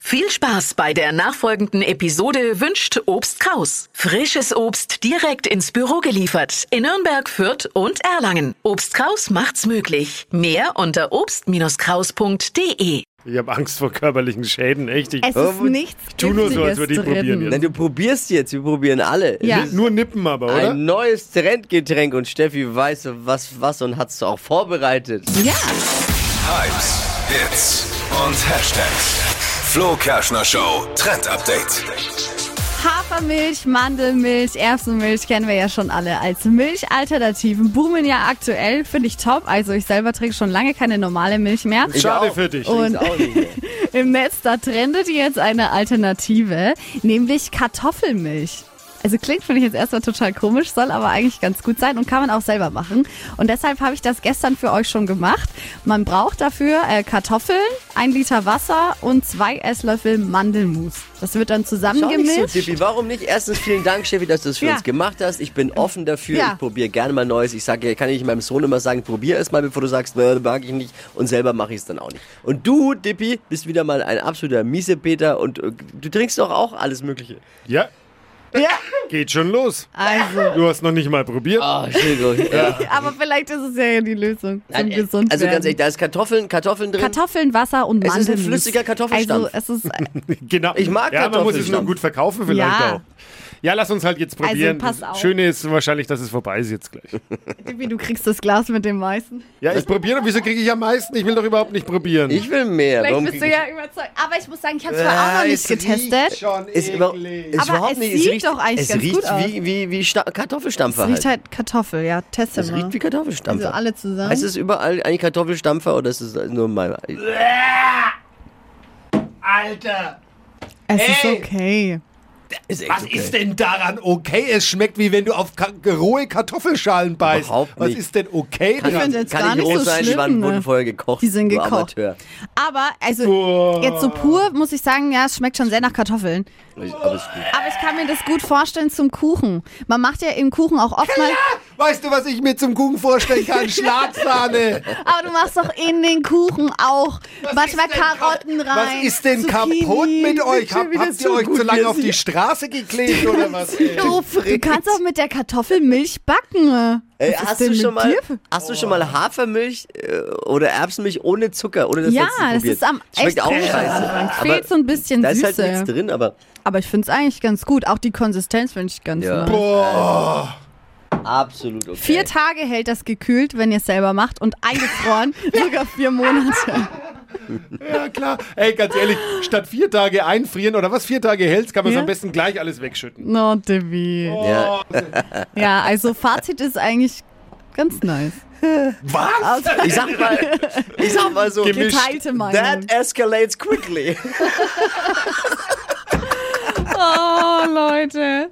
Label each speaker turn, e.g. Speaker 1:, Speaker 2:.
Speaker 1: Viel Spaß bei der nachfolgenden Episode wünscht Obst Kraus. Frisches Obst direkt ins Büro geliefert in Nürnberg, Fürth und Erlangen. Obst Kraus macht's möglich. Mehr unter obst-kraus.de.
Speaker 2: Ich habe Angst vor körperlichen Schäden, echt. Ich
Speaker 3: Es ist nichts
Speaker 2: Oh, tu nur so, als würde ich
Speaker 3: Giftiges
Speaker 2: probieren
Speaker 3: drin.
Speaker 2: jetzt.
Speaker 4: Nein, du probierst jetzt, wir probieren alle.
Speaker 3: Ja.
Speaker 2: nur Nippen aber, oder?
Speaker 4: Ein neues Trendgetränk und Steffi weiß was was und hat's auch vorbereitet.
Speaker 3: Ja,
Speaker 5: Hypes, Hits und Hashtags. Flo Kerschner Show Trend Update.
Speaker 3: Hafermilch, Mandelmilch, Erbsenmilch kennen wir ja schon alle als Milchalternativen. Boomen ja aktuell, finde ich top. Also ich selber trinke schon lange keine normale Milch mehr.
Speaker 2: Schade
Speaker 4: auch.
Speaker 2: für dich.
Speaker 3: Und-
Speaker 4: Ist auch nicht mehr.
Speaker 3: Im Netz, da trendet jetzt eine Alternative, nämlich Kartoffelmilch. Also klingt, finde ich jetzt erstmal total komisch, soll aber eigentlich ganz gut sein und kann man auch selber machen. Und deshalb habe ich das gestern für euch schon gemacht. Man braucht dafür äh, Kartoffeln, ein Liter Wasser und zwei Esslöffel Mandelmus. Das wird dann
Speaker 4: Schau nicht so,
Speaker 3: zusammengemischt.
Speaker 4: Tippi, warum nicht? Erstens vielen Dank, Steffi, dass du es für
Speaker 3: Ja.
Speaker 4: uns gemacht hast. Ich bin offen dafür.
Speaker 3: Ja.
Speaker 4: Ich probiere gerne mal Neues. Ich sage, kann ich meinem Sohn immer sagen, probier es mal, bevor du sagst, ne, mag ich nicht. Und selber mache ich es dann auch nicht. Und du, Dippi, bist wieder mal ein absoluter Miesepeter und äh, du trinkst doch auch alles Mögliche.
Speaker 2: Ja. Geht schon los.
Speaker 3: also,
Speaker 2: Du hast noch nicht mal probiert.
Speaker 4: Ah, Entschuldigung. ja.
Speaker 3: aber vielleicht ist es ja die Lösung zum
Speaker 4: Mhm. Nein, äh,
Speaker 3: gesund
Speaker 4: also ganz
Speaker 3: werden.
Speaker 4: ehrlich, da ist Kartoffeln, Kartoffeln drin.
Speaker 3: Kartoffeln, Wasser und
Speaker 4: Es ist ein
Speaker 3: Mandelmus.
Speaker 4: flüssiger Kartoffelstampf.
Speaker 3: Also es ist
Speaker 2: Genau.
Speaker 4: Ich mag
Speaker 2: Ja, man muss es nur
Speaker 4: Kartoffelstampf.
Speaker 2: gut verkaufen vielleicht
Speaker 3: Ja.
Speaker 2: auch. Ja, lass uns halt jetzt probieren.
Speaker 3: pass auf.
Speaker 2: Das Schöne ist wahrscheinlich, dass es vorbei ist jetzt gleich.
Speaker 3: Tippi, du kriegst das Glas mit dem meisten.
Speaker 2: Ja, ich probiere. Wieso kriege ich am meisten? Ich will doch überhaupt nicht probieren.
Speaker 4: Ich will mehr.
Speaker 3: Vielleicht
Speaker 4: Warum
Speaker 3: bist
Speaker 4: krieg
Speaker 3: du
Speaker 4: ich-
Speaker 3: ja überzeugt. Aber ich muss sagen, ich habe es zwar auch noch
Speaker 4: Äh,
Speaker 3: nicht
Speaker 4: es riecht
Speaker 3: getestet.
Speaker 2: schon
Speaker 4: Ist über, ist
Speaker 3: Aber
Speaker 4: überhaupt
Speaker 3: es
Speaker 4: nicht,
Speaker 3: sieht
Speaker 4: riecht
Speaker 3: doch eigentlich
Speaker 4: es
Speaker 3: ganz
Speaker 4: riecht
Speaker 3: gut aus.
Speaker 4: wie, wie, wie Sta Kartoffelstampfer.
Speaker 3: Es riecht
Speaker 4: halt.
Speaker 3: halt Kartoffel, ja. Teste
Speaker 4: Es
Speaker 3: mal.
Speaker 4: riecht wie Kartoffelstampfer.
Speaker 3: also alle zusammen.
Speaker 4: Heißt es überall eigentlich Kartoffelstampfer oder ist es nur mein.
Speaker 6: Alter,
Speaker 3: es ist
Speaker 6: Ey!
Speaker 3: okay.
Speaker 4: Ist echt
Speaker 6: was
Speaker 4: okay.
Speaker 6: ist denn daran okay? Es schmeckt wie wenn du auf ka rohe Kartoffelschalen beißt.
Speaker 4: Überhaupt
Speaker 6: Was
Speaker 4: nicht.
Speaker 6: ist denn okay?
Speaker 3: Ich
Speaker 6: dran?
Speaker 3: finde jetzt
Speaker 4: Kann
Speaker 3: gar
Speaker 4: nicht
Speaker 3: nicht
Speaker 4: groß
Speaker 3: so
Speaker 4: sein,
Speaker 3: schlimm.
Speaker 4: die waren
Speaker 3: ne?
Speaker 4: wurden vorher gekocht.
Speaker 3: Die sind
Speaker 4: du
Speaker 3: gekocht.
Speaker 4: Amateur.
Speaker 3: Aber also jetzt so pur muss ich sagen, ja, es schmeckt schon sehr nach Kartoffeln.
Speaker 4: Aber ist gut.
Speaker 3: Aber ich kann mir das gut vorstellen zum Kuchen. Man macht ja im Kuchen auch oftmals,
Speaker 6: Weißt du, was ich mir zum Kuchen vorstellen kann? Schlagsahne.
Speaker 3: aber du machst doch in den Kuchen auch manchmal
Speaker 6: ist denn kap-
Speaker 3: Karotten rein.
Speaker 6: Was ist denn
Speaker 3: Zucchini.
Speaker 6: kaputt mit euch?
Speaker 4: schon
Speaker 6: Hab,
Speaker 4: wieder
Speaker 6: habt
Speaker 4: so
Speaker 6: ihr euch
Speaker 4: gut,
Speaker 6: zu
Speaker 4: wie
Speaker 6: lange auf
Speaker 4: sie-
Speaker 6: die Straße geklebt oder was? ey?
Speaker 3: Du kannst auch mit der Kartoffelmilch backen.
Speaker 4: Ey,
Speaker 3: Was ist
Speaker 4: hast,
Speaker 3: denn
Speaker 4: du
Speaker 3: mit
Speaker 4: schon mal,
Speaker 3: dir?
Speaker 4: hast du schon mal Hafermilch äh, oder Erbsenmilch ohne Zucker? Ohne das
Speaker 3: Ja,
Speaker 4: letzte
Speaker 3: das
Speaker 4: probiert?
Speaker 3: ist am
Speaker 4: Schmeckt
Speaker 3: echt
Speaker 4: auch
Speaker 3: komisch.
Speaker 4: scheiße.
Speaker 3: Fehlt so ein bisschen
Speaker 4: da ist halt
Speaker 3: Süße.
Speaker 4: nichts drin, aber.
Speaker 3: Aber ich finde es eigentlich ganz gut. Auch die Konsistenz finde ich ganz
Speaker 4: Ja.
Speaker 3: nice.
Speaker 4: Absolut okay.
Speaker 3: Vier Tage hält das gekühlt, wenn ihr es selber macht und eingefroren sogar vier Monate.
Speaker 2: Ja, klar. Ey, ganz ehrlich, statt vier Tage einfrieren oder was vier Tage hältst, kann man es
Speaker 3: Ja.
Speaker 2: am besten gleich alles wegschütten.
Speaker 3: No, Debbie.
Speaker 4: Ja.
Speaker 3: Ja, also Fazit ist eigentlich ganz nice.
Speaker 6: Was?
Speaker 4: Ich sag mal, ich sag mal so.
Speaker 2: Gemischt.
Speaker 3: Geteilte Meinung.
Speaker 4: That escalates quickly.
Speaker 3: Oh, Leute.